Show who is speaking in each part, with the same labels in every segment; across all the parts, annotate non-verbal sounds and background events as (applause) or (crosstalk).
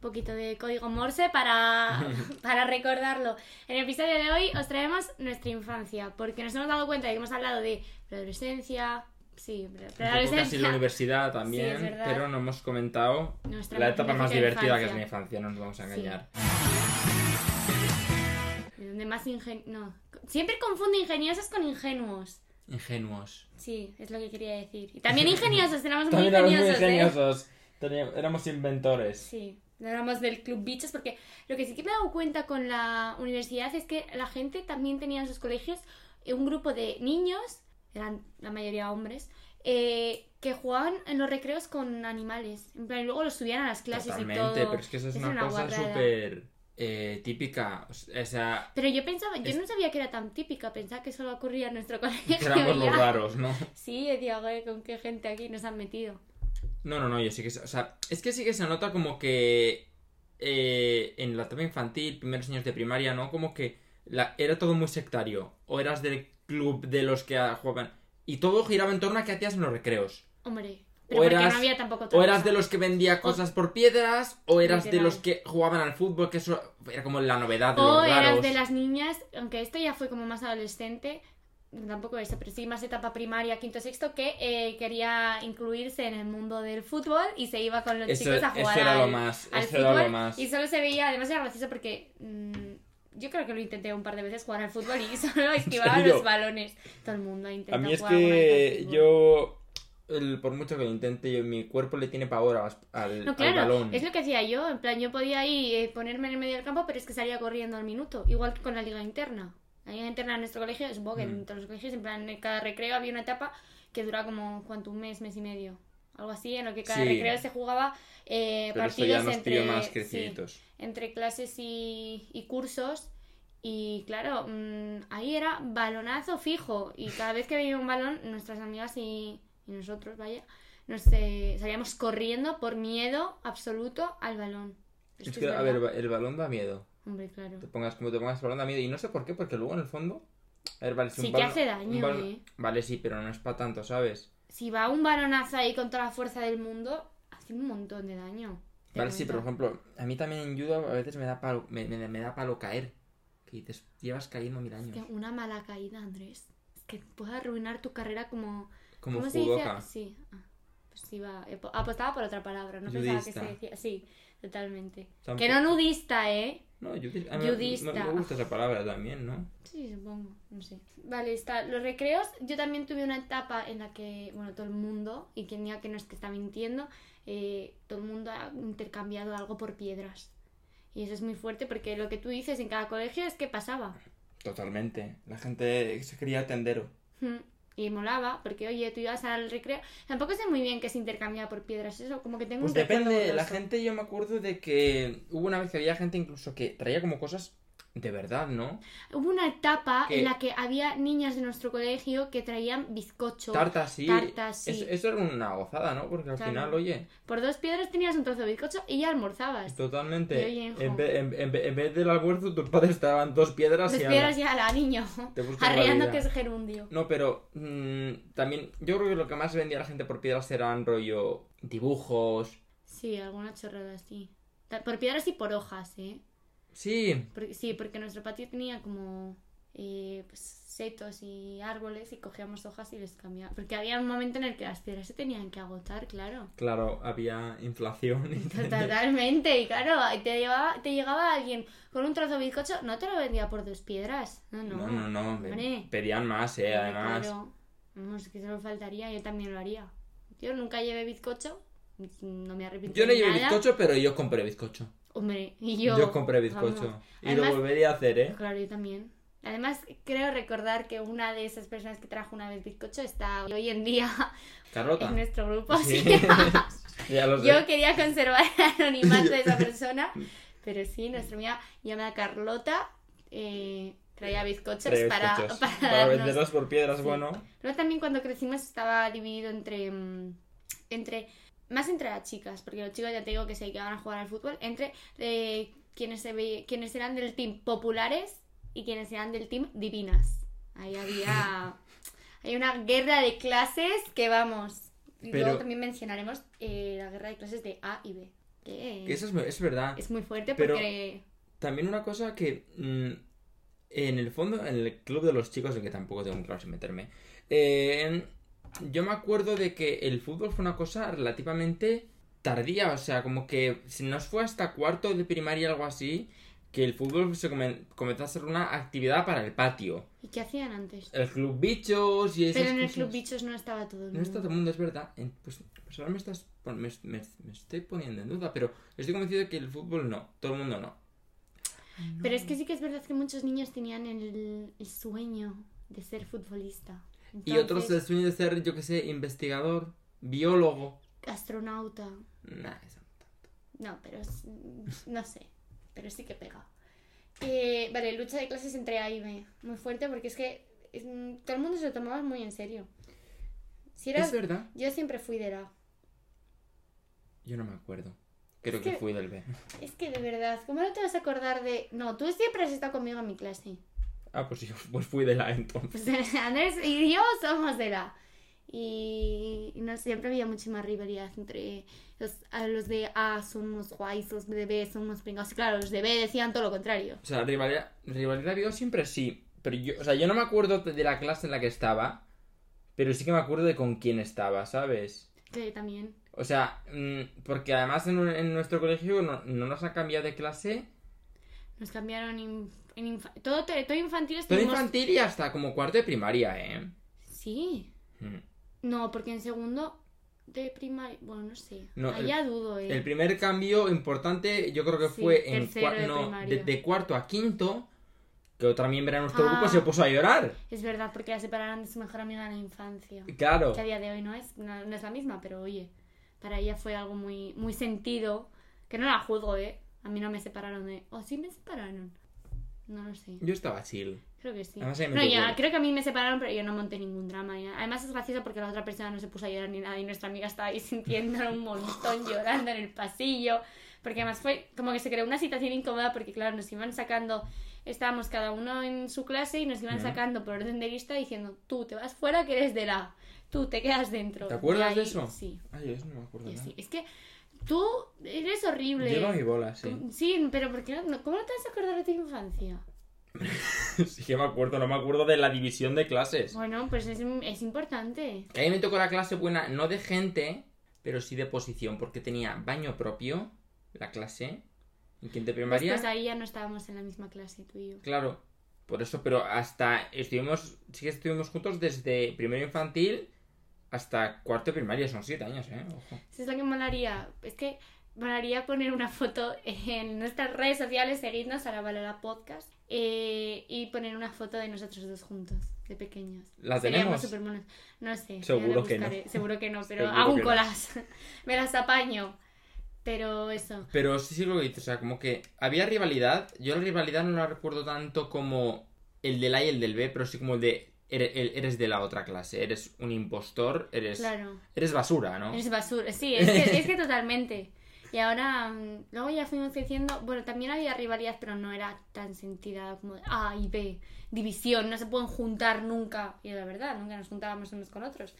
Speaker 1: poquito de código Morse
Speaker 2: (laughs)
Speaker 1: para, para recordarlo. En el episodio de hoy os traemos nuestra infancia, porque nos hemos dado cuenta de que hemos hablado de preadolescencia. Sí, pre-
Speaker 2: Pues casi la
Speaker 1: preadolescencia.
Speaker 2: universidad también,
Speaker 1: Sí, es verdad.
Speaker 2: pero no hemos comentado
Speaker 1: Nuestra
Speaker 2: la etapa más
Speaker 1: magnífica
Speaker 2: divertida que es
Speaker 1: infancia.
Speaker 2: mi infancia, no nos vamos a
Speaker 1: Sí.
Speaker 2: engañar.
Speaker 1: Donde más ingen... No. Siempre confunde ingeniosos con ingenuos.
Speaker 2: Ingenuos.
Speaker 1: Sí, es lo que quería decir. Y
Speaker 2: (laughs)
Speaker 1: también ingeniosos, éramos muy
Speaker 2: También éramos
Speaker 1: ingeniosos.
Speaker 2: muy
Speaker 1: ¿eh?
Speaker 2: ingeniosos. Teníamos- éramos inventores.
Speaker 1: Sí, no éramos del club bichos porque lo que sí que me he dado cuenta con la universidad es que la gente también tenía en sus colegios eh, un grupo de niños, eran la mayoría hombres, eh, que jugaban en los recreos con animales. En plan, y luego los subían a las clases
Speaker 2: Totalmente,
Speaker 1: y todo.
Speaker 2: pero es que eso es,
Speaker 1: Es
Speaker 2: una,
Speaker 1: una
Speaker 2: cosa
Speaker 1: guarrada.
Speaker 2: súper eh, típica. O
Speaker 1: (laughs)
Speaker 2: sea,
Speaker 1: Pero yo pensaba, yo
Speaker 2: Es-
Speaker 1: no sabía que era tan típica, pensaba que solo ocurría en nuestro (laughs) colegio.
Speaker 2: éramos los
Speaker 1: ya.
Speaker 2: raros, ¿no?
Speaker 1: Sí, decía, "Joder, con qué gente aquí nos han metido.
Speaker 2: No, no, no, yo sí que... se- O sea, es que sí que se nota como que... eh, en la etapa infantil, primeros años de primaria, ¿no? Como que la, era todo muy sectario. O eras del club de los que ah, jugaban... Y todo giraba en torno a qué hacías en los recreos.
Speaker 1: Hombre,
Speaker 2: O
Speaker 1: pero porque
Speaker 2: eras-
Speaker 1: no había tampoco otra
Speaker 2: O eras
Speaker 1: cosa.
Speaker 2: de los que vendía cosas por piedras, o eras de
Speaker 1: Literal.
Speaker 2: los que jugaban al fútbol, que eso era como la novedad de
Speaker 1: O
Speaker 2: los
Speaker 1: eras
Speaker 2: raros.
Speaker 1: de las niñas, aunque esto ya fue como más adolescente, tampoco eso, pero sí más etapa primaria, quinto, sexto, que eh, quería incluirse en el mundo del fútbol y se iba con los
Speaker 2: Eso,
Speaker 1: chicos a
Speaker 2: eso
Speaker 1: jugar
Speaker 2: era lo
Speaker 1: al-
Speaker 2: más,
Speaker 1: al
Speaker 2: eso era lo
Speaker 1: fútbol,
Speaker 2: más.
Speaker 1: Y solo se veía, además era gracioso porque mm, yo creo que lo intenté un par de veces jugar al fútbol y (laughs) solo esquivaba
Speaker 2: (laughs) serio?
Speaker 1: los balones. Todo el mundo ha
Speaker 2: A
Speaker 1: intentado
Speaker 2: mí es
Speaker 1: jugar alguna vez al
Speaker 2: que
Speaker 1: fútbol.
Speaker 2: yo, el- por mucho que lo intente, yo, mi cuerpo le tiene pavor a las- al,
Speaker 1: No,
Speaker 2: al
Speaker 1: claro,
Speaker 2: balón.
Speaker 1: es lo que hacía yo, en plan, yo podía ahí eh, ponerme en el medio del campo, pero es que salía corriendo al minuto, igual que con la liga interna. La liga interna en nuestro colegio, supongo que
Speaker 2: Mm.
Speaker 1: en todos los colegios, en plan, en cada recreo había una etapa que duraba como, ¿cuánto? Un mes, mes y medio. Algo así, en lo que cada
Speaker 2: Sí.
Speaker 1: recreo se jugaba eh,
Speaker 2: Pero esto
Speaker 1: partidos
Speaker 2: ya nos
Speaker 1: entre,
Speaker 2: pilló más
Speaker 1: sí,
Speaker 2: creciditos.
Speaker 1: entre clases y, y cursos. Y claro, mm, ahí era balonazo fijo. Y cada vez que veía un balón, nuestras amigas y, y nosotros, vaya, nos eh, salíamos corriendo por miedo absoluto al balón.
Speaker 2: Es
Speaker 1: Esto
Speaker 2: que,
Speaker 1: es
Speaker 2: a
Speaker 1: verdad.
Speaker 2: ver, el balón da miedo.
Speaker 1: Hombre, claro.
Speaker 2: Te pongas como te pongas, el balón da miedo. Y no sé por qué, porque luego en el fondo... A ver, vale, si un
Speaker 1: Sí que
Speaker 2: balón-
Speaker 1: hace
Speaker 2: un
Speaker 1: daño,
Speaker 2: balón-
Speaker 1: ¿eh?
Speaker 2: Vale, sí, pero no es para tanto, ¿sabes?
Speaker 1: Si va un balonazo ahí con toda la fuerza del mundo, hace un montón de daño. Te
Speaker 2: Vale, sí, pero por
Speaker 1: cuento.
Speaker 2: ejemplo, a mí también en judo a veces me da palo, me, me- me da palo caer. Que dices, llevas cayendo mil años.
Speaker 1: Es que una mala caída, Andrés, es que puede arruinar tu carrera como
Speaker 2: Como
Speaker 1: ¿Cómo se dice?
Speaker 2: judoka.
Speaker 1: Sí. Ah, Pues iba, eh, po- apostaba por otra palabra, no pensaba que
Speaker 2: Judista.
Speaker 1: se decía. Sí, totalmente.
Speaker 2: Tampoco-
Speaker 1: Que no nudista, ¿eh?
Speaker 2: No, judi- a mí me-
Speaker 1: Judista.
Speaker 2: Me, me gusta esa palabra también, ¿no?
Speaker 1: Sí, supongo, no sé. Vale, está. Los recreos, yo también tuve una etapa en la que, bueno, todo el mundo, y quien diga que no es que está mintiendo, eh, todo el mundo ha intercambiado algo por piedras. Y eso es muy fuerte porque lo que tú dices en cada colegio es que pasaba.
Speaker 2: Totalmente. La gente se quería tendero.
Speaker 1: Mm, Y molaba, porque oye, tú ibas al recreo. Tampoco sé muy bien que se intercambiaba por piedras, eso, como que tengo
Speaker 2: Pues
Speaker 1: un recuerdo
Speaker 2: depende, la
Speaker 1: borroso.
Speaker 2: gente yo me acuerdo de que hubo una vez que había gente incluso que traía como cosas de verdad, ¿no?
Speaker 1: Hubo una etapa
Speaker 2: ¿Qué?
Speaker 1: en la que había niñas de nuestro colegio que traían bizcocho.
Speaker 2: Tartas, sí.
Speaker 1: Tartas, sí.
Speaker 2: Es- eso era una gozada, ¿no? Porque al
Speaker 1: Claro.
Speaker 2: final, oye,
Speaker 1: Por dos piedras tenías un trozo de bizcocho y ya almorzabas.
Speaker 2: totalmente.
Speaker 1: Y oye, hijo.
Speaker 2: en, ve- en- en ve- en vez del almuerzo, tus padres te daban dos piedras
Speaker 1: Dos
Speaker 2: y ala.
Speaker 1: piedras ya la niño.
Speaker 2: Te buscas
Speaker 1: (laughs)
Speaker 2: la
Speaker 1: Arreando
Speaker 2: vida.
Speaker 1: que es gerundio.
Speaker 2: No, pero mm, también yo creo que lo que más vendía la gente por piedras eran rollo dibujos.
Speaker 1: Sí, alguna chorrada así. Ta- Por piedras y por hojas, ¿eh?
Speaker 2: Sí,
Speaker 1: Porque- sí, porque nuestro patio tenía como eh, pues, setos y árboles y cogíamos hojas y les cambiábamos. Porque había un momento en el que las piedras se tenían que agotar, claro.
Speaker 2: claro, había inflación. y-
Speaker 1: Totalmente, y claro, te, llevaba, te llegaba alguien con un trozo de bizcocho, no te lo vendía por dos piedras. No, no.
Speaker 2: No, no, no, me-
Speaker 1: Hombre.
Speaker 2: pedían más, eh, además.
Speaker 1: Claro. Vamos, que solo faltaría, yo también lo haría. Yo nunca llevé bizcocho, no me arrepiento.
Speaker 2: Yo no
Speaker 1: de
Speaker 2: llevé
Speaker 1: nada.
Speaker 2: bizcocho, pero yo compré bizcocho.
Speaker 1: Hombre, y yo.
Speaker 2: compré bizcocho.
Speaker 1: vamos.
Speaker 2: Y
Speaker 1: Además-
Speaker 2: lo volvería a hacer, ¿eh?
Speaker 1: Claro, yo también. Además, creo recordar que una de esas personas que trajo una vez bizcocho está hoy en día
Speaker 2: Carlota.
Speaker 1: en nuestro grupo.
Speaker 2: Sí. (laughs)
Speaker 1: sí. (laughs)
Speaker 2: ya lo sé.
Speaker 1: Yo quería conservar (laughs) el anonimato de
Speaker 2: (laughs)
Speaker 1: esa persona, pero sí, nuestra amiga llamada Carlota eh, traía bizcochos
Speaker 2: Traía
Speaker 1: para,
Speaker 2: bizcochos.
Speaker 1: para
Speaker 2: Para
Speaker 1: darnos.
Speaker 2: venderlos por piedras,
Speaker 1: Sí.
Speaker 2: bueno.
Speaker 1: Luego también cuando crecimos estaba dividido entre, mm, entre más entre las chicas, porque los chicos ya te digo que se dedicaban a jugar al fútbol, entre eh, quienes, se ve- quienes eran del team populares y quienes eran del team divinas. Ahí
Speaker 2: (laughs)
Speaker 1: había hay una guerra de clases que vamos. Y
Speaker 2: Pero-
Speaker 1: luego también mencionaremos eh, la guerra de clases de A y B. Que fuerte.
Speaker 2: Que eso es, es verdad.
Speaker 1: Es muy fuerte
Speaker 2: Pero-
Speaker 1: porque...
Speaker 2: También una cosa que mm, en el fondo, en el club de los chicos, en que tampoco tengo muy claro si meterme, eh, yo me acuerdo de que el fútbol fue una cosa relativamente tardía, o sea, como que si nos fue hasta cuarto de primaria algo así, que el fútbol se comen- comenzó a ser una actividad para el patio.
Speaker 1: ¿Y qué hacían antes?
Speaker 2: El club bichos y Eh, esas
Speaker 1: Pero en el
Speaker 2: cosas.
Speaker 1: Club Bichos no estaba todo el
Speaker 2: No está
Speaker 1: mundo.
Speaker 2: todo el mundo, es verdad. En- Pues, pues ahora me estás pon- me, me- me estoy poniendo en duda, pero estoy convencido de que el fútbol no, todo el mundo no.
Speaker 1: Pero es que sí que es verdad que muchos niños tenían el, el sueño de ser futbolista.
Speaker 2: Y otros
Speaker 1: Entonces,
Speaker 2: el sueño de ser, yo que sé, investigador, biólogo.
Speaker 1: Astronauta.
Speaker 2: Nah, eso no.
Speaker 1: No, pero
Speaker 2: (laughs)
Speaker 1: es- no sé. Pero sí que pega. Eh, vale, lucha de clases entre A y B. Muy fuerte porque es que es- mm, todo el mundo se lo tomaba muy en serio. Si eras,
Speaker 2: Es verdad.
Speaker 1: yo siempre fui de la.
Speaker 2: Yo no me acuerdo. Creo
Speaker 1: Es
Speaker 2: que...
Speaker 1: que-
Speaker 2: fui del B.
Speaker 1: Es que de verdad, ¿cómo no te vas a acordar de.? No, tú siempre has estado conmigo en mi clase.
Speaker 2: (laughs) Ah, pues yo (laughs) pues fui de la A entonces.
Speaker 1: Pues (laughs) Andrés y yo somos de la. Y no, siempre había mucha más rivalidad entre los, a los de A son unos guays, los de B son unos pringados. Y claro, los de B decían todo lo contrario.
Speaker 2: O sea, rivalidad, rivalidad ha habido siempre sí. Pero yo, o sea, yo no me acuerdo de la clase en la que estaba, pero sí que me acuerdo de con quién estaba, ¿sabes?
Speaker 1: Que también.
Speaker 2: O sea, mm, porque además en, un- en nuestro colegio no, no nos ha cambiado de clase.
Speaker 1: Nos cambiaron in- en infa- todo, te- todo infantil
Speaker 2: Todo
Speaker 1: estuvimos...
Speaker 2: infantil y hasta como cuarto de primaria, ¿eh?
Speaker 1: Sí.
Speaker 2: Mm.
Speaker 1: No, porque en segundo de primaria... Bueno, no sé.
Speaker 2: No,
Speaker 1: Allá dudo, eh.
Speaker 2: El primer cambio importante yo creo que
Speaker 1: Sí,
Speaker 2: fue en
Speaker 1: tercero
Speaker 2: cua-
Speaker 1: de
Speaker 2: no,
Speaker 1: primaria.
Speaker 2: de, de cuarto a quinto, que también verá nuestro
Speaker 1: Ah.
Speaker 2: grupo se puso a llorar.
Speaker 1: Es verdad, porque la separaron de su mejor amiga en la infancia.
Speaker 2: Claro.
Speaker 1: que a día de hoy no es, no, no es la misma, pero oye, para ella fue algo muy, muy sentido, que no la juzgo, ¿eh? A mí no me separaron de... ¿O sí me separaron? No lo sé,
Speaker 2: Yo estaba chill.
Speaker 1: creo que sí.
Speaker 2: Además, ahí me
Speaker 1: No,
Speaker 2: dio
Speaker 1: ya,
Speaker 2: igual.
Speaker 1: creo que a mí me separaron, pero yo no monté ningún drama. ni nada. Además es gracioso porque la otra persona no se puso a llorar ni nada y nuestra amiga estaba ahí (laughs) sintiéndolo un montón, llorando en el pasillo, porque además fue como que se creó una situación incómoda porque claro, nos iban sacando... Estábamos cada uno en su clase y nos iban
Speaker 2: Ujú.
Speaker 1: sacando por orden de lista diciendo, tú te vas fuera que eres de la... Tú te quedas dentro.
Speaker 2: ¿Te acuerdas
Speaker 1: Y
Speaker 2: de
Speaker 1: ahí-
Speaker 2: eso?
Speaker 1: Sí,
Speaker 2: Ay, Ah, eso no me acuerdo
Speaker 1: yo
Speaker 2: nada.
Speaker 1: sí. Es que tú eres horrible.
Speaker 2: Lleva mi bola, sí.
Speaker 1: Com- pero ¿por qué no, ¿cómo no te vas a acordar de tu infancia?
Speaker 2: (laughs) sí que me acuerdo, no me acuerdo de la división de clases.
Speaker 1: Bueno, pues es, es importante.
Speaker 2: Que a mí me tocó la clase buena, no de gente, pero sí de posición, porque tenía baño propio, la clase, en quinto de
Speaker 1: Pues,
Speaker 2: primaria.
Speaker 1: pues ahí ya no estábamos en la misma clase tú y yo.
Speaker 2: Claro, por eso, pero hasta estuvimos, sí que estuvimos juntos desde primero infantil hasta cuarto de primaria, son siete años, ¿eh? Ojo.
Speaker 1: Eso es lo que molaría. Es que molaría poner una foto en nuestras redes sociales, seguidnos a la Valora Podcast eh, y poner una foto de nosotros dos juntos, de pequeños.
Speaker 2: La
Speaker 1: Seríamos
Speaker 2: tenemos.
Speaker 1: súper monos. No sé. ya
Speaker 2: Seguro
Speaker 1: lo
Speaker 2: que no.
Speaker 1: buscaré. Seguro que no, pero
Speaker 2: (laughs) Seguro
Speaker 1: hago un
Speaker 2: que no.
Speaker 1: colas. Me las (laughs) apaño. Pero eso.
Speaker 2: Pero sí, sí lo que dices, o sea, como que había rivalidad, yo la rivalidad no la recuerdo tanto como el del A y el del B, pero sí como el de ere- el- eres de la otra clase, eres un impostor, eres,
Speaker 1: Claro.
Speaker 2: eres basura, ¿no?
Speaker 1: Eres basura. Sí, es que,
Speaker 2: (laughs)
Speaker 1: es que totalmente. Y ahora, mm, luego ya fuimos creciendo. Bueno, también había rivalidad, pero no era tan sentida como de A y B, división, no se pueden juntar nunca. Y la verdad, nunca nos juntábamos unos con otros.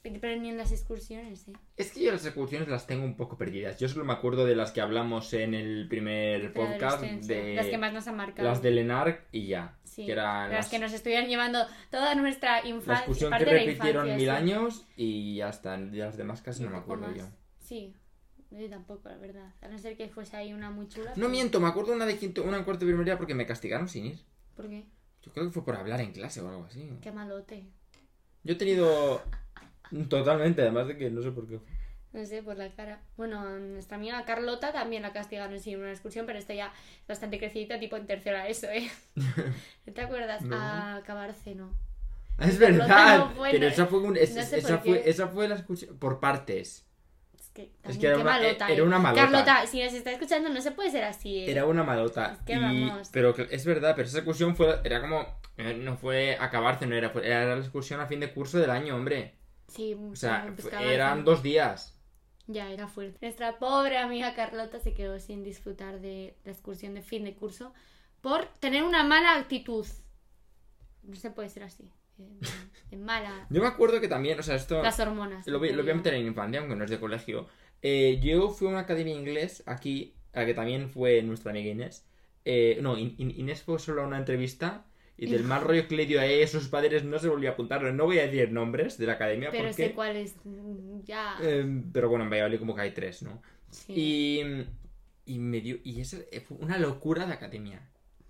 Speaker 1: Pero ni en las excursiones, ¿eh?
Speaker 2: Es que yo las excursiones las tengo un poco perdidas, yo solo me acuerdo de las que hablamos en el primer
Speaker 1: De la
Speaker 2: podcast
Speaker 1: adolescencia,
Speaker 2: de
Speaker 1: las que más nos han marcado.
Speaker 2: las del ENARC y ya,
Speaker 1: Sí,
Speaker 2: que eran
Speaker 1: las
Speaker 2: las-
Speaker 1: que nos estuvieron llevando toda nuestra
Speaker 2: La
Speaker 1: infancia.
Speaker 2: excursión que
Speaker 1: parte de la
Speaker 2: repitieron
Speaker 1: infancia,
Speaker 2: mil
Speaker 1: sí.
Speaker 2: años y ya está. De las demás casi
Speaker 1: Y
Speaker 2: no me
Speaker 1: poco
Speaker 2: acuerdo
Speaker 1: más.
Speaker 2: yo.
Speaker 1: Sí, yo tampoco, la verdad. A no ser que fuese ahí una muy chula. pues,
Speaker 2: No
Speaker 1: pero-
Speaker 2: miento, me acuerdo una de quinto, una en cuarto de primaria porque me castigaron sin ir.
Speaker 1: ¿Por qué?
Speaker 2: Yo creo que fue por hablar en clase o algo así.
Speaker 1: Qué malote.
Speaker 2: Yo
Speaker 1: (laughs)
Speaker 2: he tenido. Totalmente, además de que no sé por qué.
Speaker 1: No sé, por la cara. Bueno, a nuestra amiga Carlota también la castigaron sin una excursión, pero esta ya es bastante crecidita, tipo en tercera eso,
Speaker 2: (laughs)
Speaker 1: ¿eh? ¿No te acuerdas?
Speaker 2: No.
Speaker 1: A Cabarce, ¿no.
Speaker 2: Ah, Es
Speaker 1: Pero no,
Speaker 2: verdad.
Speaker 1: no, bueno,
Speaker 2: pero esa fue, un- es-
Speaker 1: no sé
Speaker 2: esa,
Speaker 1: por
Speaker 2: fue
Speaker 1: qué.
Speaker 2: esa fue la excursión. Por partes.
Speaker 1: Es que, también,
Speaker 2: que era
Speaker 1: qué
Speaker 2: una-
Speaker 1: malota,
Speaker 2: e- era
Speaker 1: ¿eh?
Speaker 2: una malota.
Speaker 1: Carlota, si nos está escuchando, no se puede ser así, ¿eh?
Speaker 2: Era una malota.
Speaker 1: Es que
Speaker 2: y-
Speaker 1: vamos.
Speaker 2: Pero que- es verdad, pero esa excursión fue, era como. eh, No fue acabarse, no era. fue- Era la excursión a fin de curso del año, hombre.
Speaker 1: Sí,
Speaker 2: O sea,
Speaker 1: pues
Speaker 2: fue-
Speaker 1: Cabarce.
Speaker 2: eran dos días.
Speaker 1: Ya, era fuerte. Nuestra pobre amiga Carlota se quedó sin disfrutar de la excursión de fin de curso por tener una mala actitud. No se puede ser así. eh, De, de mala.
Speaker 2: (laughs) Yo me acuerdo que también, o sea, esto
Speaker 1: Las hormonas.
Speaker 2: lo voy, lo voy a meter en infancia, aunque no es de colegio. Eh, yo fui a una academia inglés aquí, a la que también fue nuestra amiga Inés. Eh, no, In- In- Inés fue solo a una entrevista y del mal rollo que le dio a ella, sus padres no se volvió a apuntar. No voy a decir nombres de la academia
Speaker 1: Pero
Speaker 2: porque...
Speaker 1: sé cuál es. mm, Ya.
Speaker 2: eh, pero bueno, en Valladolid como que hay tres, ¿no?
Speaker 1: sí.
Speaker 2: Y, y me dio. Y esa fue una locura de academia.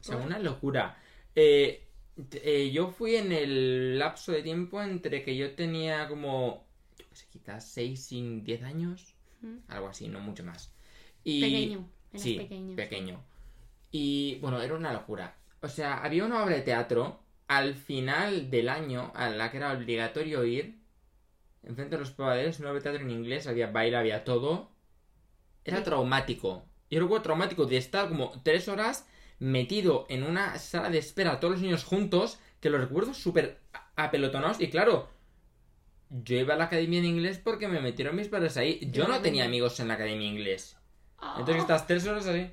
Speaker 2: O sea,
Speaker 1: Uf.
Speaker 2: una locura. Eh, t- eh, yo fui en el lapso de tiempo entre que yo tenía como. Yo qué sé, quizás 6 sin 10 años.
Speaker 1: Ujú.
Speaker 2: Algo así, no mucho más. Y,
Speaker 1: Pequeño. eras
Speaker 2: sí,
Speaker 1: pequeño.
Speaker 2: Y bueno, era una locura. O sea, había una obra de teatro al final del año a la que era obligatorio ir. Enfrente de los proveedores, una obra de teatro en inglés, había baile, había todo. Era
Speaker 1: Sí.
Speaker 2: traumático. Yo recuerdo traumático de estar como tres horas metido en una sala de espera, todos los niños juntos, que los recuerdo súper a- apelotonados. Y claro, yo iba a la academia en inglés porque me metieron mis padres ahí. Yo no
Speaker 1: Claro.
Speaker 2: tenía amigos en la academia en inglés.
Speaker 1: Ah,
Speaker 2: Entonces estás tres horas así.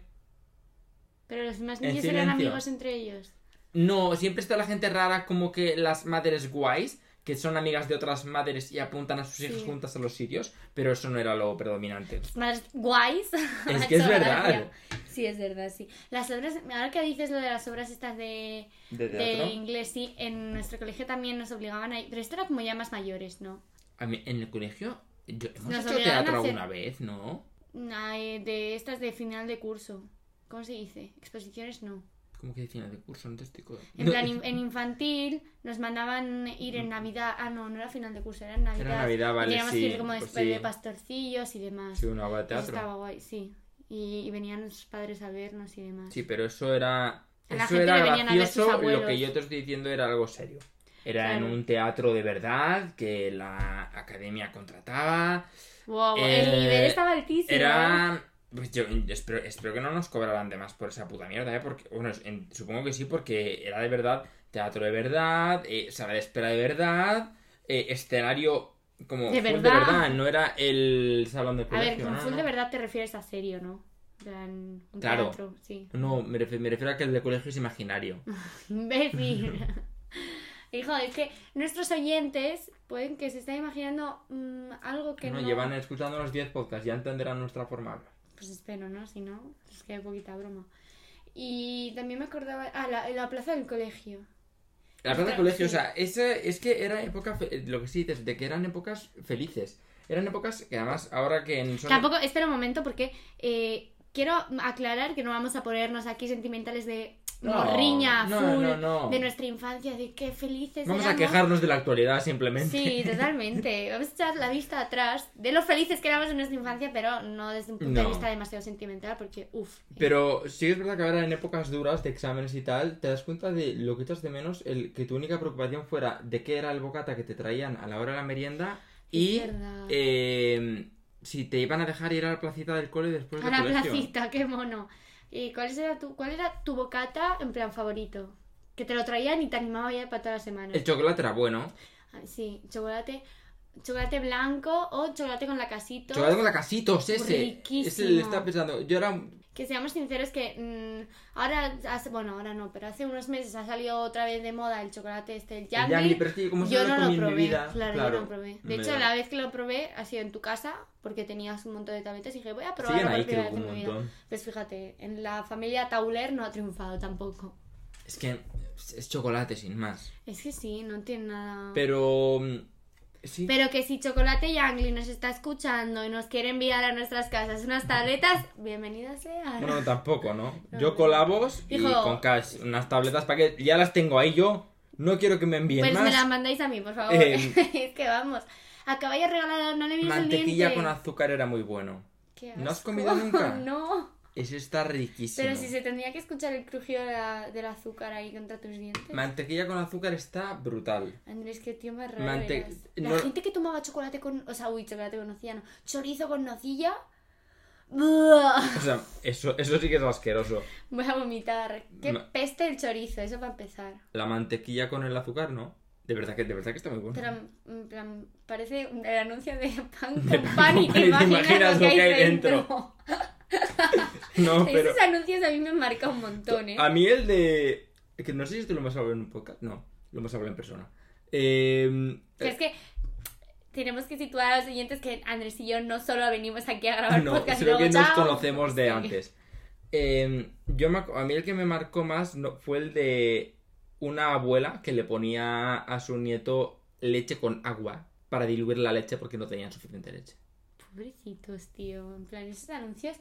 Speaker 1: Pero los demás
Speaker 2: en
Speaker 1: niños eran
Speaker 2: silencio.
Speaker 1: amigos entre ellos.
Speaker 2: No, siempre está la gente rara como que las madres guays, que son amigas de otras madres y apuntan a sus hijos
Speaker 1: Sí.
Speaker 2: juntas a los sitios, pero eso no era lo predominante.
Speaker 1: Más guays. (laughs)
Speaker 2: Es que es
Speaker 1: Macho,
Speaker 2: verdad.
Speaker 1: gracia. Sí, es verdad, sí. Las obras, ahora que dices lo de las obras estas de,
Speaker 2: ¿De
Speaker 1: de inglés, sí, en nuestro colegio también nos obligaban a ir. Pero esto era como ya más mayores, ¿no?
Speaker 2: A mí, en el colegio yo- hemos
Speaker 1: Nos
Speaker 2: hecho
Speaker 1: obligaban a
Speaker 2: teatro
Speaker 1: hacer-
Speaker 2: alguna vez, ¿no?
Speaker 1: Na- eh, de estas de final de curso. ¿Cómo se dice? Exposiciones no.
Speaker 2: ¿Cómo que de final de curso? No te estoy co-
Speaker 1: En
Speaker 2: No, (laughs)
Speaker 1: plan, in- en infantil nos mandaban ir en Navidad. Ah, no, no era final de curso, era en Navidad.
Speaker 2: Era Navidad, vale,
Speaker 1: Teníamos
Speaker 2: sí,
Speaker 1: que ir como
Speaker 2: pues
Speaker 1: después de
Speaker 2: sí.
Speaker 1: pastorcillos y demás.
Speaker 2: Sí, una obra de
Speaker 1: Eso
Speaker 2: teatro.
Speaker 1: estaba guay, sí. Y, y venían nuestros padres a vernos y demás.
Speaker 2: Sí, pero eso era...
Speaker 1: A la
Speaker 2: Eso
Speaker 1: gente
Speaker 2: era
Speaker 1: le venían a ver sus
Speaker 2: gracioso, lo que
Speaker 1: abuelos.
Speaker 2: yo te estoy diciendo era algo serio. Era en
Speaker 1: Claro.
Speaker 2: un teatro de verdad que la academia contrataba,
Speaker 1: Wow,
Speaker 2: Eh,
Speaker 1: el nivel estaba altísimo. ¿eh?
Speaker 2: Era. Pues yo espero, espero que no nos cobraran de más por esa puta mierda, ¿eh? Porque, bueno, es- en- supongo que sí, porque era de verdad teatro de verdad, eh, sala de espera de verdad, eh, escenario como
Speaker 1: De
Speaker 2: full
Speaker 1: verdad.
Speaker 2: de verdad, no era el salón de
Speaker 1: A
Speaker 2: colegio.
Speaker 1: ver, con
Speaker 2: no,
Speaker 1: full
Speaker 2: no.
Speaker 1: de verdad te refieres a serio, ¿no? En plan, un
Speaker 2: Claro.
Speaker 1: teatro, sí. (laughs)
Speaker 2: No, me, refiero, me refiero a que el de colegio es imaginario.
Speaker 1: Imbécil.
Speaker 2: (laughs)
Speaker 1: Hijo, es que nuestros oyentes pueden que se estén imaginando mm, algo que
Speaker 2: no,
Speaker 1: no...
Speaker 2: llevan escuchando los 10 podcasts, ya entenderán nuestra forma de hablar.
Speaker 1: Pues espero, ¿no? Si no, es que hay poquita broma. Y también me acordaba... Ah, la, la plaza del colegio.
Speaker 2: La plaza de
Speaker 1: Ostras,
Speaker 2: colegio, o
Speaker 1: sí.
Speaker 2: sea, ese, es que era época, fe- lo que sí dices, de que eran épocas felices. Eran épocas que además ahora que en... son-
Speaker 1: Tampoco, espera un momento porque eh, quiero aclarar que no vamos a ponernos aquí sentimentales de
Speaker 2: No,
Speaker 1: morriña
Speaker 2: no,
Speaker 1: full
Speaker 2: no, no.
Speaker 1: de nuestra infancia, de qué felices
Speaker 2: Vamos a
Speaker 1: éramos.
Speaker 2: quejarnos de la actualidad simplemente.
Speaker 1: Sí,
Speaker 2: (laughs)
Speaker 1: totalmente. Vamos a echar la vista atrás de lo felices que éramos en nuestra infancia, pero no desde un punto
Speaker 2: No.
Speaker 1: de vista demasiado sentimental porque, uff.
Speaker 2: Pero sí es verdad que ahora en épocas duras de exámenes y tal, te das cuenta de lo que echas de menos, el que tu única preocupación fuera de qué era el bocata que te traían a la hora de la merienda y eh, si te iban a dejar ir a la placita del cole después
Speaker 1: a
Speaker 2: del
Speaker 1: la
Speaker 2: colegio.
Speaker 1: placita, qué mono. ¿Y cuál era, tu, cuál era tu bocata en plan favorito? Que te lo traían y te animaba ya para toda la semana.
Speaker 2: El chocolate era bueno.
Speaker 1: Ah, Sí, chocolate, chocolate blanco o chocolate con la casito.
Speaker 2: Chocolate con la casitos, ese.
Speaker 1: Riquísimo.
Speaker 2: Ese le estaba pensando. Yo era. un-
Speaker 1: Que seamos sinceros que mm, ahora, hace, bueno, ahora no, pero hace unos meses ha salido otra vez de moda el chocolate este, el
Speaker 2: Ya
Speaker 1: Yangli.
Speaker 2: ni pero es que como se
Speaker 1: yo
Speaker 2: lo
Speaker 1: no
Speaker 2: comí
Speaker 1: lo
Speaker 2: en mi
Speaker 1: probé,
Speaker 2: vida,
Speaker 1: claro, yo no lo probé. De
Speaker 2: me
Speaker 1: hecho,
Speaker 2: da-
Speaker 1: la vez que lo probé ha sido en tu casa, porque tenías un montón de tabletas y dije, voy a probarlo
Speaker 2: Siguen
Speaker 1: por
Speaker 2: ahí,
Speaker 1: primera
Speaker 2: creo,
Speaker 1: vez
Speaker 2: que
Speaker 1: en
Speaker 2: un
Speaker 1: mi vida.
Speaker 2: montón.
Speaker 1: Pues fíjate, en la familia Tauler no ha triunfado tampoco.
Speaker 2: Es que es- es chocolate sin más.
Speaker 1: Es que sí, no tiene nada...
Speaker 2: Pero. mm, Sí.
Speaker 1: Pero que si Chocolate Yangli nos está escuchando y nos quiere enviar a nuestras casas unas tabletas, bienvenidas sean.
Speaker 2: Bueno, tampoco, ¿no?
Speaker 1: No.
Speaker 2: Yo colabos y
Speaker 1: Hijo.
Speaker 2: con cash, unas tabletas para que ya las tengo ahí yo. No quiero que me envíen
Speaker 1: pues me
Speaker 2: más.
Speaker 1: las mandáis a mí, por favor.
Speaker 2: Eh,
Speaker 1: (laughs) es que vamos. A caballo regalado, no le mires el
Speaker 2: Mantequilla
Speaker 1: diente.
Speaker 2: con azúcar era muy bueno.
Speaker 1: Qué
Speaker 2: ¿No has
Speaker 1: asco.
Speaker 2: comido
Speaker 1: (laughs)
Speaker 2: nunca?
Speaker 1: no.
Speaker 2: Eso está riquísimo.
Speaker 1: Pero si se tendría que escuchar el crujido de la- del azúcar ahí contra tus dientes.
Speaker 2: Mantequilla con azúcar está brutal.
Speaker 1: Andrés, qué tío más raro
Speaker 2: Mante-
Speaker 1: eras. La
Speaker 2: no-
Speaker 1: gente que tomaba chocolate con... O sea, uy, chocolate con nocilla, no. Chorizo con nocilla.
Speaker 2: (laughs)
Speaker 1: Buah.
Speaker 2: O sea, eso, eso sí que es asqueroso.
Speaker 1: Voy a vomitar. Qué
Speaker 2: Ma-
Speaker 1: peste el chorizo, eso para empezar.
Speaker 2: La mantequilla con el azúcar, ¿no? De verdad que, de verdad que está muy bueno.
Speaker 1: Pero en plan, parece un- el anuncio de pan con
Speaker 2: De
Speaker 1: pan,
Speaker 2: pan
Speaker 1: y
Speaker 2: con
Speaker 1: te
Speaker 2: pan
Speaker 1: imaginas, lo que hay dentro.
Speaker 2: (laughs)
Speaker 1: (laughs)
Speaker 2: No, pero.
Speaker 1: Esos anuncios a mí me han marcado un montón, ¿eh?
Speaker 2: A mí el de. Que no sé si te lo hemos hablado en un podcast. No, lo hemos hablado en persona. Eh,
Speaker 1: Que es que tenemos que situar a los oyentes que Andrés y yo no solo venimos aquí a grabar
Speaker 2: No,
Speaker 1: podcast. y
Speaker 2: creo que
Speaker 1: luego, oh,
Speaker 2: nos
Speaker 1: "Chao".
Speaker 2: conocemos de
Speaker 1: Sí.
Speaker 2: antes. Eh, yo me ac- a mí el que me marcó más no- fue el de una abuela que le ponía a su nieto leche con agua para diluir la leche porque no tenían suficiente leche.
Speaker 1: Pobrecitos, tío. En plan, esos anuncios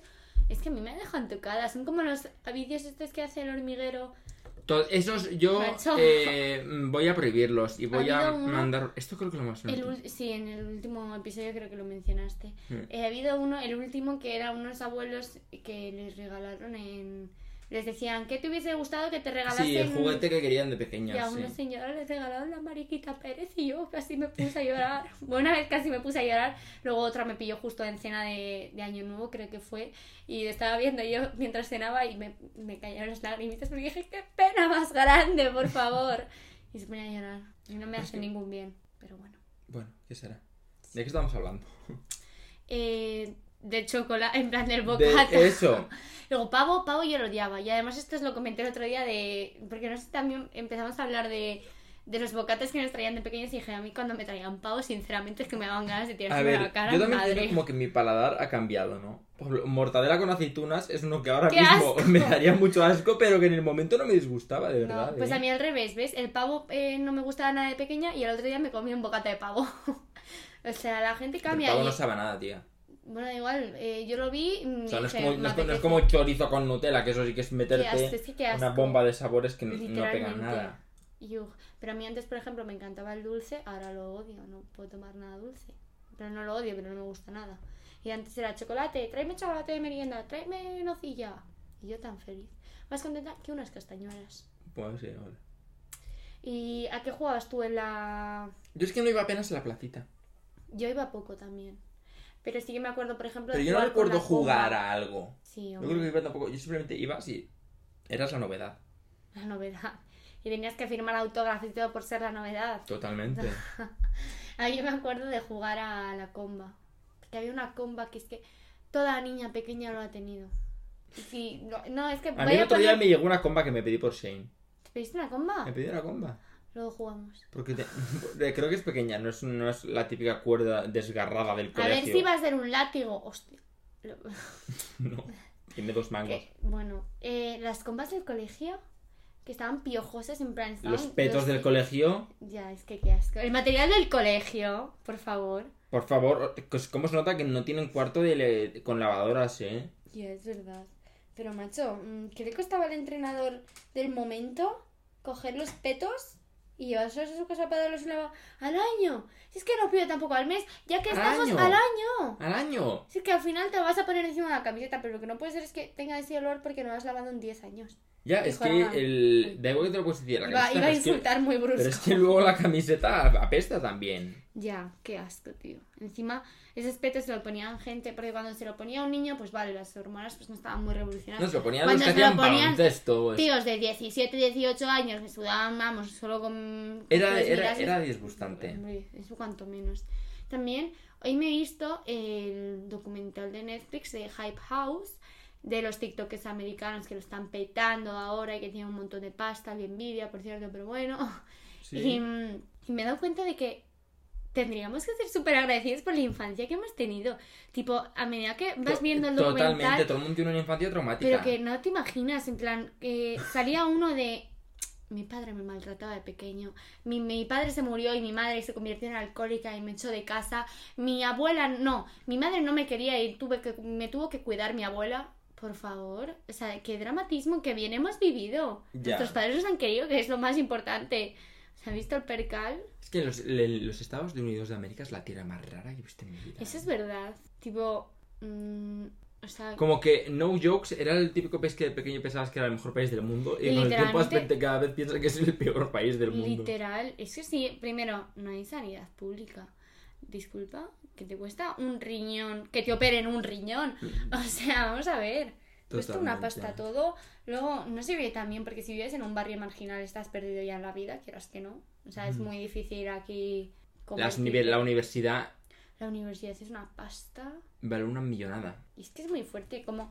Speaker 1: es que a mí me dejan tocada. Son como los vídeos estos que hace el hormiguero.
Speaker 2: To- esos yo
Speaker 1: Macho.
Speaker 2: eh, voy a prohibirlos y voy
Speaker 1: Ha
Speaker 2: a
Speaker 1: habido uno-
Speaker 2: mandar... Esto creo que lo más...
Speaker 1: El ul- sí, en el último episodio creo que lo mencionaste.
Speaker 2: Hmm.
Speaker 1: Eh, ha habido uno, el último, que era unos abuelos que les regalaron en... Les decían, ¿qué te hubiese gustado que te regalasen?
Speaker 2: Sí, el juguete que querían de
Speaker 1: Y a
Speaker 2: pequeñas.
Speaker 1: una
Speaker 2: sí.
Speaker 1: señora les regalaron la mariquita Pérez y yo casi me puse a llorar. (laughs) Bueno, una vez casi me puse a llorar, luego otra me pilló justo en cena de, de Año Nuevo, creo que fue, y estaba viendo yo mientras cenaba y me, me cayeron las lagrimitas porque dije, qué pena más grande, por favor. (laughs) Y se ponía a llorar. Y no me
Speaker 2: Es
Speaker 1: hace
Speaker 2: que-
Speaker 1: ningún bien, pero bueno.
Speaker 2: Bueno, ¿qué será? ¿De qué estamos hablando?
Speaker 1: Eh, de chocolate, en plan del bocata.
Speaker 2: De
Speaker 1: (laughs)
Speaker 2: eso.
Speaker 1: Luego, pavo, pavo yo lo odiaba. Y además esto os lo comenté el otro día de... Porque no sé, también empezamos a hablar de, de los bocates que nos traían de pequeños y dije, a mí cuando me traían pavo, sinceramente es que me daban ganas de
Speaker 2: A
Speaker 1: tirarme la
Speaker 2: ver,
Speaker 1: cara.
Speaker 2: yo también
Speaker 1: madre.
Speaker 2: siento como que mi paladar ha cambiado, ¿no? Por ejemplo, mortadela con aceitunas es uno que ahora
Speaker 1: ¡Qué
Speaker 2: mismo
Speaker 1: asco!
Speaker 2: (laughs) me daría mucho asco, pero que en el momento no me disgustaba, de
Speaker 1: No,
Speaker 2: verdad.
Speaker 1: pues
Speaker 2: ¿eh?
Speaker 1: a mí al revés, ¿ves? El pavo eh, no me gustaba nada de pequeña y al otro día me comí un bocata de pavo. (laughs) o sea, la gente
Speaker 2: El
Speaker 1: cambia.
Speaker 2: pavo
Speaker 1: y-
Speaker 2: no sabe a nada, tía.
Speaker 1: Bueno, da igual, eh, yo lo vi... y
Speaker 2: O sea, no es,
Speaker 1: dije,
Speaker 2: como,
Speaker 1: "Me
Speaker 2: no es como- no es
Speaker 1: apetece".
Speaker 2: como chorizo con Nutella, que eso sí que es
Speaker 1: Qué asco,
Speaker 2: meterte
Speaker 1: es que qué
Speaker 2: una
Speaker 1: asco.
Speaker 2: bomba de sabores que no- no pegan
Speaker 1: Literalmente.
Speaker 2: nada.
Speaker 1: Yuj. Pero a mí antes, por ejemplo, me encantaba el dulce, ahora lo odio, no puedo tomar nada dulce. Pero no lo odio, pero no me gusta nada. Y antes era chocolate, tráeme chocolate de merienda, tráeme nocilla. Y yo tan feliz. Más contenta que unas castañuelas.
Speaker 2: Pues sí, vale.
Speaker 1: ¿Y a qué jugabas tú en la...?
Speaker 2: Yo es que no iba apenas a la placita.
Speaker 1: Yo iba poco también. Pero sí que me acuerdo, por ejemplo... de
Speaker 2: Pero yo no
Speaker 1: jugar con
Speaker 2: recuerdo
Speaker 1: la comba.
Speaker 2: jugar a algo.
Speaker 1: Sí,
Speaker 2: No
Speaker 1: hombre,
Speaker 2: creo que iba tampoco. Yo simplemente iba si eras la novedad.
Speaker 1: la novedad. (laughs) Y tenías que firmar autógrafos y todo por ser la novedad. (laughs)
Speaker 2: Totalmente.
Speaker 1: A mí me acuerdo de jugar a la comba. Porque había una comba que es que toda niña pequeña lo ha tenido. Y si- no, no, es que
Speaker 2: A mí el
Speaker 1: vaya a
Speaker 2: otro día
Speaker 1: poner...
Speaker 2: me Em- llegó una comba que me pedí por Shane.
Speaker 1: ¿Te pediste una comba?
Speaker 2: Me pedí una comba.
Speaker 1: Luego jugamos.
Speaker 2: Porque te- (laughs) creo que es pequeña, no es, no es la típica cuerda desgarrada del
Speaker 1: A
Speaker 2: colegio.
Speaker 1: ver si va a ser un látigo. Hostia. Lo-
Speaker 2: (laughs) No, tiene dos
Speaker 1: (laughs)
Speaker 2: mangos.
Speaker 1: que- bueno, eh, las combas del colegio que estaban piojosas en plan... estaban-
Speaker 2: Los petos
Speaker 1: los-
Speaker 2: del colegio,
Speaker 1: Ya, es que qué asco. El material del colegio, por favor.
Speaker 2: por favor, cos- ¿cómo se nota que no tienen cuarto de le- con lavadoras, eh?
Speaker 1: Ya, es verdad. Pero macho, mm, ¿qué le costaba al entrenador del momento coger los petos y llevárselos a su casa para darlos una... al año? Si es que no pido tampoco al mes, ya que
Speaker 2: Al
Speaker 1: estamos
Speaker 2: año.
Speaker 1: al año.
Speaker 2: ¡Al año!
Speaker 1: Si es que al final te vas a poner encima de la camiseta, pero lo que no puede ser es que tenga ese olor porque no lo has lavado en 10 años.
Speaker 2: Ya,
Speaker 1: Que
Speaker 2: es que
Speaker 1: juegan.
Speaker 2: el... Da igual que te lo puedes decir, la
Speaker 1: Iba,
Speaker 2: camiseta,
Speaker 1: iba a
Speaker 2: es que-
Speaker 1: insultar muy brusco.
Speaker 2: Pero es que luego la camiseta apesta también.
Speaker 1: Ya, qué asco, tío. Encima, esos petos se lo ponían gente, porque cuando se lo ponía a un niño, pues vale, las hormonas pues no estaban muy revolucionadas.
Speaker 2: No, se lo ponían los
Speaker 1: Cuando
Speaker 2: que
Speaker 1: se lo
Speaker 2: hacían
Speaker 1: ponían,
Speaker 2: baloncesto. pues.
Speaker 1: Tíos de 17, 18 años me sudaban, vamos, solo con.
Speaker 2: Era,
Speaker 1: con los
Speaker 2: era,
Speaker 1: mirases.
Speaker 2: era disgustante.
Speaker 1: Hombre, eso cuanto menos. También, hoy me he visto el documental de Netflix de Hype House, de los TikTokers americanos que lo están petando ahora y que tienen un montón de pasta, que envidia, por cierto, pero bueno. Y,
Speaker 2: Sí.
Speaker 1: mm, y me he dado cuenta de que tendríamos que ser súper agradecidos por la infancia que hemos tenido. Tipo, a medida que vas viendo el documental.
Speaker 2: Totalmente, todo el mundo tiene una infancia traumática.
Speaker 1: Pero que no te imaginas, en plan, que salía uno de... Mi padre me maltrataba de pequeño. Mi, mi padre se murió y mi madre se convirtió en alcohólica y me echó de casa. Mi abuela no. Mi madre no me quería y tuve que, me tuvo que cuidar mi abuela. Por favor. O sea, qué dramatismo que bien hemos vivido.
Speaker 2: Ya.
Speaker 1: Nuestros padres nos han querido, que es lo más importante. ¿Se ha visto el percal?
Speaker 2: Es que los, le- los Estados Unidos de América es la tierra más rara que he visto en mi vida.
Speaker 1: Eso es verdad. Tipo... mm, o sea,
Speaker 2: Como que No Jokes era el típico país que de pequeño pensabas que era el mejor país del mundo y con el tiempo has-
Speaker 1: Literalmente-
Speaker 2: cada vez piensas que es el peor país del mundo.
Speaker 1: Literal, es que sí, primero, no hay sanidad pública. Disculpa, que te cuesta un riñón, que te operen un riñón. (laughs) O sea, vamos a ver. Cuesta una
Speaker 2: Totalmente.
Speaker 1: pasta todo. Luego, no se ve tan bien, porque si vives en un barrio marginal estás perdido ya en la vida, quieras que no. O sea, es
Speaker 2: Ujú.
Speaker 1: muy difícil aquí.
Speaker 2: Las
Speaker 1: convertirte.
Speaker 2: nive- la universidad
Speaker 1: La universidad es una pasta.
Speaker 2: vale una millonada.
Speaker 1: Y es que es muy fuerte, como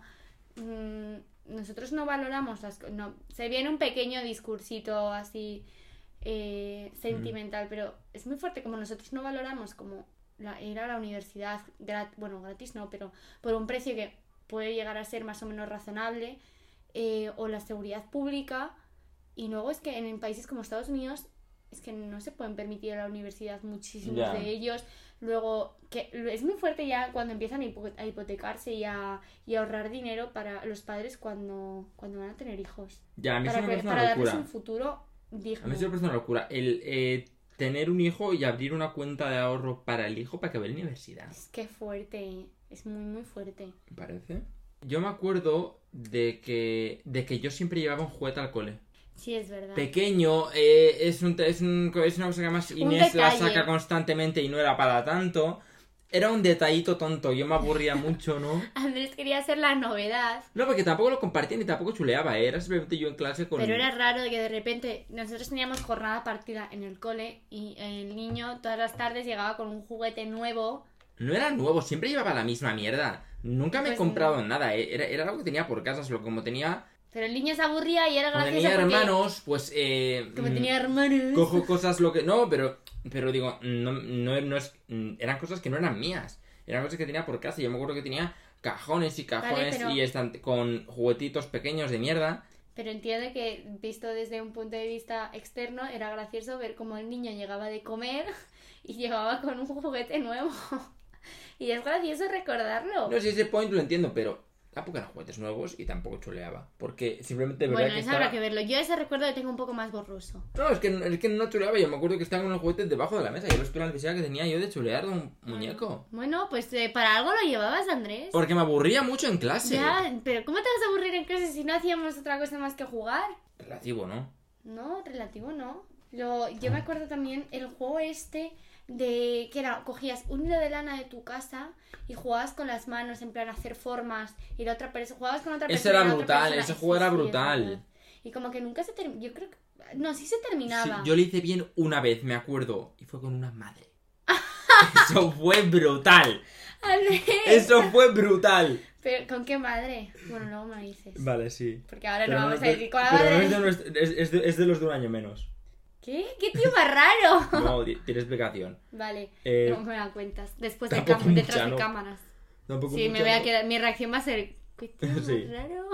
Speaker 1: mm, nosotros no valoramos las co- no Se viene un pequeño discursito así eh, sentimental, pero es muy fuerte como nosotros no valoramos como la, ir a la universidad, grat- bueno, gratis no, pero por un precio que puede llegar a ser más o menos razonable, eh, o la seguridad pública. Y luego es que en, en países como Estados Unidos es que no se pueden permitir a la universidad muchísimos
Speaker 2: Ya.
Speaker 1: de ellos. Luego, que es muy fuerte ya cuando empiezan a hipo- a hipotecarse y a, y a ahorrar dinero para los padres cuando, cuando van a tener hijos.
Speaker 2: Ya, a mí eso
Speaker 1: Para,
Speaker 2: me
Speaker 1: que-
Speaker 2: parece
Speaker 1: para
Speaker 2: una
Speaker 1: darles
Speaker 2: locura.
Speaker 1: un futuro
Speaker 2: A
Speaker 1: digno.
Speaker 2: mí eso me parece una locura. El eh, tener un hijo y abrir una cuenta de ahorro para el hijo para que vaya a la universidad.
Speaker 1: Es que fuerte, es muy, muy fuerte.
Speaker 2: Me parece. Yo me acuerdo de que, de que yo siempre llevaba un juguete al cole.
Speaker 1: Sí, es verdad.
Speaker 2: Pequeño, eh, es, un, es, un- es una cosa que además Inés la
Speaker 1: detalle.
Speaker 2: saca constantemente y no era para tanto. Era un detallito tonto, yo me
Speaker 1: (laughs)
Speaker 2: aburría mucho, ¿no?
Speaker 1: Andrés quería hacer la novedad,
Speaker 2: No, porque tampoco lo compartía ni tampoco chuleaba, ¿eh? era simplemente yo en clase con...
Speaker 1: pero era raro que de repente nosotros teníamos jornada partida en el cole y el niño todas las tardes llegaba con un juguete nuevo.
Speaker 2: No era nuevo, siempre llevaba la misma mierda. Nunca me he
Speaker 1: Pues
Speaker 2: comprado nada, ¿eh? era, era algo que tenía por casa, solo como tenía...
Speaker 1: Pero el niño se aburría y era
Speaker 2: Como
Speaker 1: gracioso
Speaker 2: tenía
Speaker 1: porque-
Speaker 2: hermanos, pues... Eh,
Speaker 1: Como
Speaker 2: mm,
Speaker 1: tenía hermanos. (laughs)
Speaker 2: cojo cosas lo que no pero pero digo no, no, no es mm, eran cosas que no eran mías eran cosas que tenía por casa yo me acuerdo que tenía cajones y cajones
Speaker 1: pero-
Speaker 2: y estante- con juguetitos pequeños de mierda
Speaker 1: Pero entiende que, visto desde un punto de vista externo, era gracioso ver cómo el niño llegaba de comer (laughs) y llegaba con un juguete nuevo. (laughs) Y es gracioso recordarlo.
Speaker 2: no sé ese point lo entiendo pero tampoco eran juguetes nuevos y tampoco chuleaba porque simplemente veía
Speaker 1: bueno,
Speaker 2: que
Speaker 1: eso
Speaker 2: estaba
Speaker 1: habrá que verlo. Yo ese recuerdo lo tengo un poco más borroso.
Speaker 2: no es que es que no chuleaba yo me acuerdo que estaban los juguetes debajo de la mesa yo los la necesidad que tenía yo de chulear de un muñeco
Speaker 1: Bueno, pues eh, para algo lo llevabas, Andrés.
Speaker 2: porque me aburría mucho en clase
Speaker 1: Ya, pero ¿cómo te vas a aburrir en clase si no hacíamos otra cosa más que jugar?
Speaker 2: relativo no
Speaker 1: No, relativo no. Lo, yo
Speaker 2: Ah.
Speaker 1: me acuerdo también el juego este de que era, cogías un hilo de lana de tu casa y jugabas con las manos en plan hacer formas y la otra persona jugabas con otra
Speaker 2: Ese
Speaker 1: persona.
Speaker 2: era
Speaker 1: la otra
Speaker 2: brutal,
Speaker 1: persona.
Speaker 2: ese juego era
Speaker 1: es
Speaker 2: brutal.
Speaker 1: verdad. Y como que nunca se terminaba, yo creo que, no, sí se
Speaker 2: Sí,
Speaker 1: terminaba.
Speaker 2: yo le hice bien una vez, me acuerdo, y fue con una madre. (laughs) Eso fue brutal.
Speaker 1: Andrés,
Speaker 2: Eso fue brutal.
Speaker 1: pero ¿con qué madre? Bueno, luego me dices.
Speaker 2: Vale, sí.
Speaker 1: Porque ahora no vamos a decir con la
Speaker 2: pero
Speaker 1: madre.
Speaker 2: no es, de nuestro- es- es de- es de los de un año menos.
Speaker 1: ¿Qué? ¿Qué tío más raro? (laughs)
Speaker 2: No, di- tiene explicación.
Speaker 1: Vale,
Speaker 2: Eh,
Speaker 1: no me la cuentas. Después de
Speaker 2: tampoco
Speaker 1: cam- detrás
Speaker 2: mucha, ¿no?
Speaker 1: de cámaras.
Speaker 2: Tampoco
Speaker 1: Sí, me
Speaker 2: mucho,
Speaker 1: voy a
Speaker 2: ¿no?
Speaker 1: quedar. Mi reacción va a ser.
Speaker 2: (laughs)
Speaker 1: "Qué tío más
Speaker 2: Sí.
Speaker 1: raro.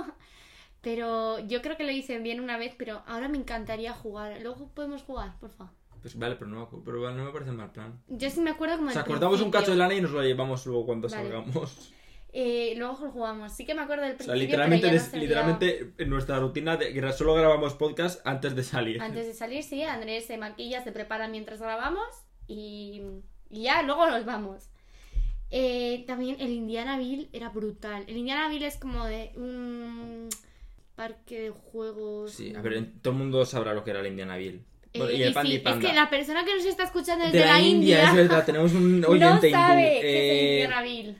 Speaker 1: Pero yo creo que lo hice bien una vez, pero ahora me encantaría jugar. Luego podemos jugar, por favor.
Speaker 2: Pues vale, pero no, me acu- pero no me parece mal plan.
Speaker 1: Yo sí me acuerdo como.
Speaker 2: O
Speaker 1: el
Speaker 2: sea, cortamos un
Speaker 1: principio.
Speaker 2: cacho de lana y nos lo llevamos luego cuando
Speaker 1: Vale.
Speaker 2: salgamos.
Speaker 1: Eh, luego jugamos. Sí que me acuerdo del
Speaker 2: O sea,
Speaker 1: principio.
Speaker 2: literalmente,
Speaker 1: pero ya
Speaker 2: des-
Speaker 1: no sabía-
Speaker 2: literalmente en nuestra rutina de, gra- solo grabamos podcast antes de (laughs) salir.
Speaker 1: Antes de salir, sí, Andrés se maquilla, se prepara mientras grabamos y, y ya, luego nos vamos. Eh, también el Indianaville era brutal. El Indianaville es como de un parque de juegos.
Speaker 2: Sí, a ver, en- todo el mundo sabrá lo que era el Indianaville. Bueno,
Speaker 1: Eh,
Speaker 2: y el
Speaker 1: y
Speaker 2: Pandi
Speaker 1: sí,
Speaker 2: Panda.
Speaker 1: Es que la persona que nos está escuchando desde
Speaker 2: de la, India,
Speaker 1: (laughs)
Speaker 2: es verdad, tenemos un oyente
Speaker 1: no sabe qué
Speaker 2: hindú.
Speaker 1: es
Speaker 2: Eh,
Speaker 1: el Indianaville.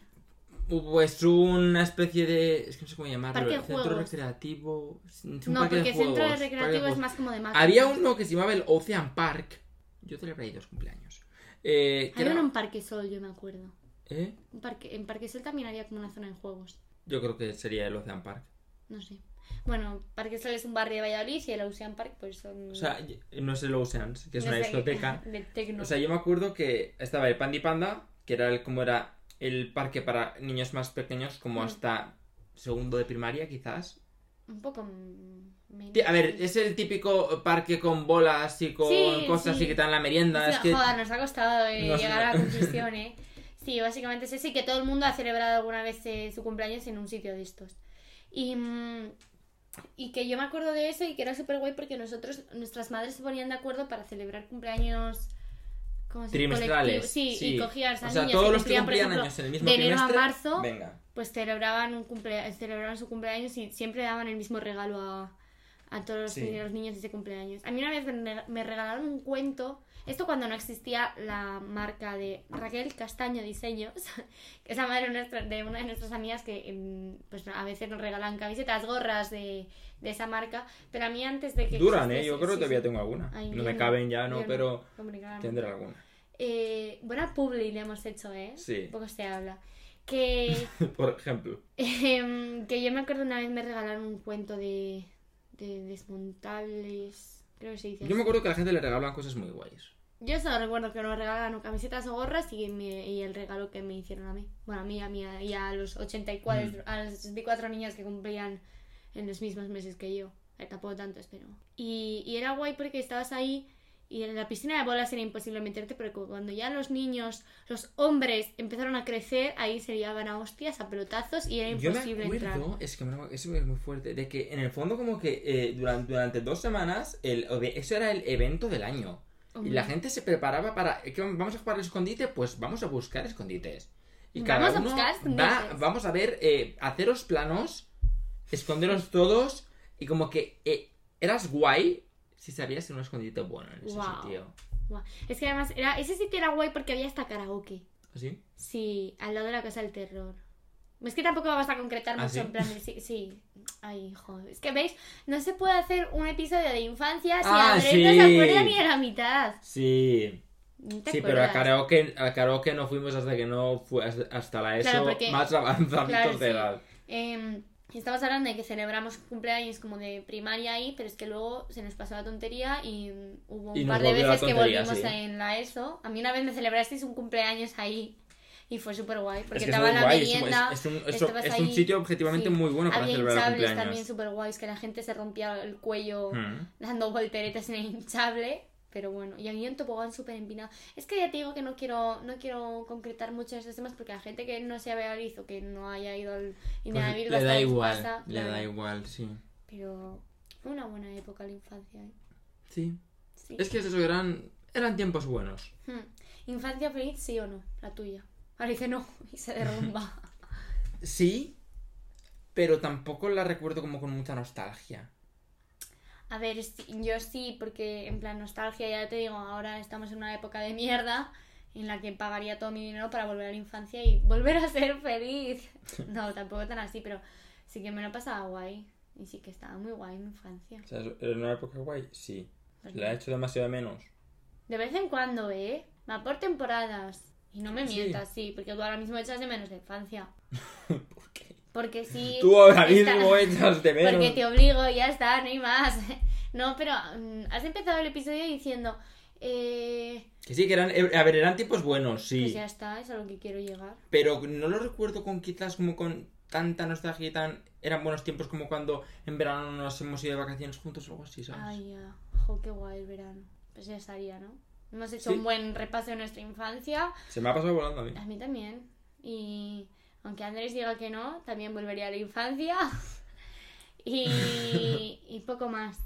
Speaker 2: pues una especie de. Es que no sé cómo llamarlo.
Speaker 1: Parque de
Speaker 2: centro
Speaker 1: juegos.
Speaker 2: recreativo. es un
Speaker 1: No,
Speaker 2: parque de
Speaker 1: porque centro de
Speaker 2: juegos, parque de
Speaker 1: recreativo es
Speaker 2: juegos.
Speaker 1: más como de máquinas.
Speaker 2: Había uno que se llamaba el Ocean Park. Yo celebré ahí dos cumpleaños. Eh, que
Speaker 1: Había
Speaker 2: era-
Speaker 1: uno en Parque Sol, yo me acuerdo.
Speaker 2: ¿Eh?
Speaker 1: En Parque, en Parque Sol también había como una zona de juegos.
Speaker 2: Yo creo que sería el Ocean Park.
Speaker 1: No sé. Bueno, Parque Sol es un barrio de Valladolid y el Ocean Park pues son...
Speaker 2: O sea, y- no es el Oceans, que es
Speaker 1: no
Speaker 2: una
Speaker 1: sé,
Speaker 2: discoteca.
Speaker 1: (laughs) De tecno.
Speaker 2: O sea, yo me acuerdo que estaba el Pandi Panda, que era el, como era el parque para niños más pequeños, como
Speaker 1: Mm.
Speaker 2: hasta segundo de primaria, quizás.
Speaker 1: Un poco... mm, menos.
Speaker 2: Ti- A ver, es el típico parque con bolas y con
Speaker 1: Sí,
Speaker 2: cosas
Speaker 1: sí.
Speaker 2: así que te dan la merienda.
Speaker 1: Sí,
Speaker 2: es que...
Speaker 1: Joder, nos ha costado eh,
Speaker 2: Nos-
Speaker 1: llegar
Speaker 2: (laughs)
Speaker 1: a la conclusión, ¿eh? Sí, básicamente es eso y que todo el mundo ha celebrado alguna vez eh, su cumpleaños en un sitio de estos. Y, mm, y que yo me acuerdo de eso y que era súper guay porque nosotros, nuestras madres se ponían de acuerdo para celebrar cumpleaños... ¿cómo se dice?
Speaker 2: Trimestrales.
Speaker 1: Colectivos. Sí, y cogían a
Speaker 2: O sea,
Speaker 1: niños
Speaker 2: todos los que
Speaker 1: por
Speaker 2: cumplían
Speaker 1: ejemplo,
Speaker 2: años en el mismo
Speaker 1: de enero a
Speaker 2: trimestre.
Speaker 1: marzo.
Speaker 2: Venga.
Speaker 1: pues celebraban un cumplea- celebraban su cumpleaños y siempre daban el mismo regalo a, a todos los,
Speaker 2: Sí.
Speaker 1: los niños de ese cumpleaños. A mí una vez me rega- me regalaron un cuento, esto cuando no existía la marca de Raquel Castaño Diseños, (laughs) que es la madre nuestra- de una de nuestras amigas que em, pues a veces nos regalan camisetas, gorras de, de esa marca, pero a mí antes de que...
Speaker 2: Duran, ¿eh?
Speaker 1: existiese-
Speaker 2: Yo creo que
Speaker 1: sí,
Speaker 2: todavía
Speaker 1: sí.
Speaker 2: tengo alguna.
Speaker 1: Ay,
Speaker 2: no
Speaker 1: yo
Speaker 2: me caben ya, no,
Speaker 1: yo
Speaker 2: pero
Speaker 1: Hombre, claro, no.
Speaker 2: tendré alguna. (laughs)
Speaker 1: Eh, buena publi le hemos hecho, ¿eh?
Speaker 2: Sí.
Speaker 1: Poco se habla.
Speaker 2: (laughs)
Speaker 1: Que...
Speaker 2: Por ejemplo.
Speaker 1: Em, que yo me acuerdo una vez me regalaron un cuento de, de desmontables. Creo que se dice.
Speaker 2: Yo me
Speaker 1: así.
Speaker 2: acuerdo que a la gente le regalaban cosas muy guays.
Speaker 1: Yo solo recuerdo que nos regalaron camisetas o gorras y, me- y el regalo que me hicieron a mí. Bueno, a mí, a mí y a los 84,
Speaker 2: Mm.
Speaker 1: a las 84 niñas que cumplían en los mismos meses que yo. Eh, tampoco tantos, pero... Y, y era guay porque estabas ahí y en la piscina de bolas era imposible meterte, pero cu- cuando ya los niños, los hombres empezaron a crecer, ahí se liaban a hostias, a pelotazos y era
Speaker 2: Yo me
Speaker 1: imposible
Speaker 2: acuerdo,
Speaker 1: entrar.
Speaker 2: es que me lo- eso es muy fuerte, de que en el fondo como que eh, duran- durante, dos semanas, el, eve- eso era el evento del año. Y la
Speaker 1: Hombre.
Speaker 2: gente se preparaba para, ¿qué vamos a jugar al escondite? Pues vamos a buscar escondites. Y
Speaker 1: Vamos
Speaker 2: cada
Speaker 1: a
Speaker 2: uno
Speaker 1: buscar
Speaker 2: va-
Speaker 1: escondites.
Speaker 2: vamos a ver, eh, haceros planos, esconderos todos, y como que eh, eras guay si sabías un escondite bueno en ese
Speaker 1: Guau.
Speaker 2: sitio.
Speaker 1: Guau. Es que además, era, ese sitio era guay porque había hasta karaoke.
Speaker 2: ¿Así?
Speaker 1: Sí, al lado de la casa del terror. Es que tampoco vamos a concretar
Speaker 2: ¿Ah,
Speaker 1: mucho
Speaker 2: sí?
Speaker 1: en plan de sí, sí. Ay, hijo. Es que veis, no se puede hacer un episodio de infancia si
Speaker 2: Ah,
Speaker 1: Andrés
Speaker 2: sí.
Speaker 1: no se acuerda ni de la mitad.
Speaker 2: Sí.
Speaker 1: ¿No te
Speaker 2: Sí, pero al
Speaker 1: acuerdas?
Speaker 2: karaoke, al karaoke no fuimos hasta que no fue hasta la ESO
Speaker 1: Claro, porque-
Speaker 2: más avanzada
Speaker 1: claro,
Speaker 2: de
Speaker 1: sí.
Speaker 2: edad.
Speaker 1: Em, estamos hablando de que celebramos cumpleaños como de primaria ahí, pero es que luego se nos pasó la tontería y mm, hubo un
Speaker 2: Y nos
Speaker 1: par de
Speaker 2: volvió la
Speaker 1: veces que
Speaker 2: tontería,
Speaker 1: volvimos
Speaker 2: sí.
Speaker 1: en la ESO. A mí una vez me celebrasteis un cumpleaños ahí y fue súper guay porque
Speaker 2: es que es
Speaker 1: estaba
Speaker 2: muy
Speaker 1: la
Speaker 2: guay, es,
Speaker 1: merienda.
Speaker 2: es un, es-
Speaker 1: estabas
Speaker 2: es un
Speaker 1: ahí,
Speaker 2: sitio objetivamente
Speaker 1: sí.
Speaker 2: muy bueno para
Speaker 1: Había
Speaker 2: celebrar
Speaker 1: hinchables también
Speaker 2: cumpleaños.
Speaker 1: súper guays, que la gente se rompía el cuello
Speaker 2: Mm.
Speaker 1: dando volteretas en el hinchable. Pero bueno, y había un tobogán súper empinado. Es que ya te digo que no quiero no quiero concretar mucho en estos temas porque la gente que no sea Bealiz o que no haya ido al
Speaker 2: Pues
Speaker 1: Inavil
Speaker 2: le da igual, le da igual, sí.
Speaker 1: Pero fue una buena época la infancia, ¿eh?
Speaker 2: Sí.
Speaker 1: Sí.
Speaker 2: Es que esos eran, eran tiempos buenos.
Speaker 1: Hmm. ¿Infancia feliz sí o no? La tuya. Ahora dice no y se derrumba.
Speaker 2: Sí, pero tampoco la recuerdo como con mucha nostalgia.
Speaker 1: A ver, sí- yo sí, porque en plan nostalgia, ya te digo, ahora estamos en una época de mierda en la que pagaría todo mi dinero para volver a la infancia y volver a ser feliz.
Speaker 2: (laughs)
Speaker 1: No, tampoco tan así, pero sí que me lo pasaba guay. Y sí que estaba muy guay mi infancia.
Speaker 2: O sea, ¿era una época guay? Sí.
Speaker 1: Pues
Speaker 2: ¿La he
Speaker 1: no.
Speaker 2: hecho demasiado de menos?
Speaker 1: De vez en cuando, ¿eh? Va por temporadas. Y no me
Speaker 2: Sí.
Speaker 1: mientas, sí, porque tú ahora mismo echas de menos la infancia.
Speaker 2: (laughs) ¿Por qué?
Speaker 1: Porque sí.
Speaker 2: Tú ahora
Speaker 1: está-
Speaker 2: mismo echas de menos.
Speaker 1: Porque te obligo, ya está, no hay más. (laughs) No, pero mm, has empezado el episodio diciendo. Eh,
Speaker 2: Que sí, que eran, eh, a ver, eran tiempos buenos, sí.
Speaker 1: Pues ya está, es a lo que quiero llegar.
Speaker 2: Pero no lo recuerdo con quizás como con tanta nostalgia y tan... Eran buenos tiempos como cuando en verano nos hemos ido de vacaciones juntos o algo así, ¿sabes?
Speaker 1: Ay, ya. Jo, qué guay el verano. Pues ya estaría, ¿no? Hemos hecho
Speaker 2: Sí.
Speaker 1: un buen repaso de nuestra infancia.
Speaker 2: Se me ha pasado volando a mí.
Speaker 1: A mí también. Y aunque Andrés diga que no, también volvería a la infancia. (laughs) Y,
Speaker 2: (laughs)
Speaker 1: y poco más.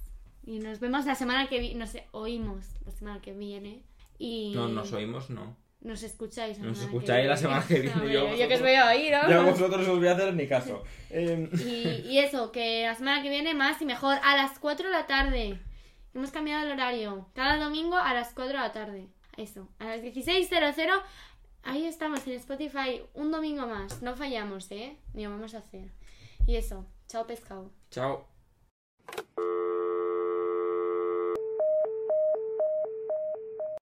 Speaker 1: Y nos vemos la semana que viene. Nos oímos la semana que viene. Y
Speaker 2: No, nos oímos, no.
Speaker 1: Nos escucháis. la
Speaker 2: Nos
Speaker 1: semana que
Speaker 2: escucháis la
Speaker 1: viene.
Speaker 2: semana que
Speaker 1: (laughs)
Speaker 2: viene,
Speaker 1: Hombre,
Speaker 2: yo a
Speaker 1: Yo, que os
Speaker 2: vosotros.
Speaker 1: voy a oír, ¿no?
Speaker 2: vosotros os voy a hacer mi caso.
Speaker 1: Y, y eso, que la semana que viene más y mejor, a las 4 de la tarde. Hemos cambiado el horario. Cada domingo a las 4 de la tarde. Eso, a las 16.00. Ahí estamos en Spotify. Un domingo más. No fallamos, ¿eh? Ni lo vamos a hacer. Y eso, chao pescado.
Speaker 2: Chao.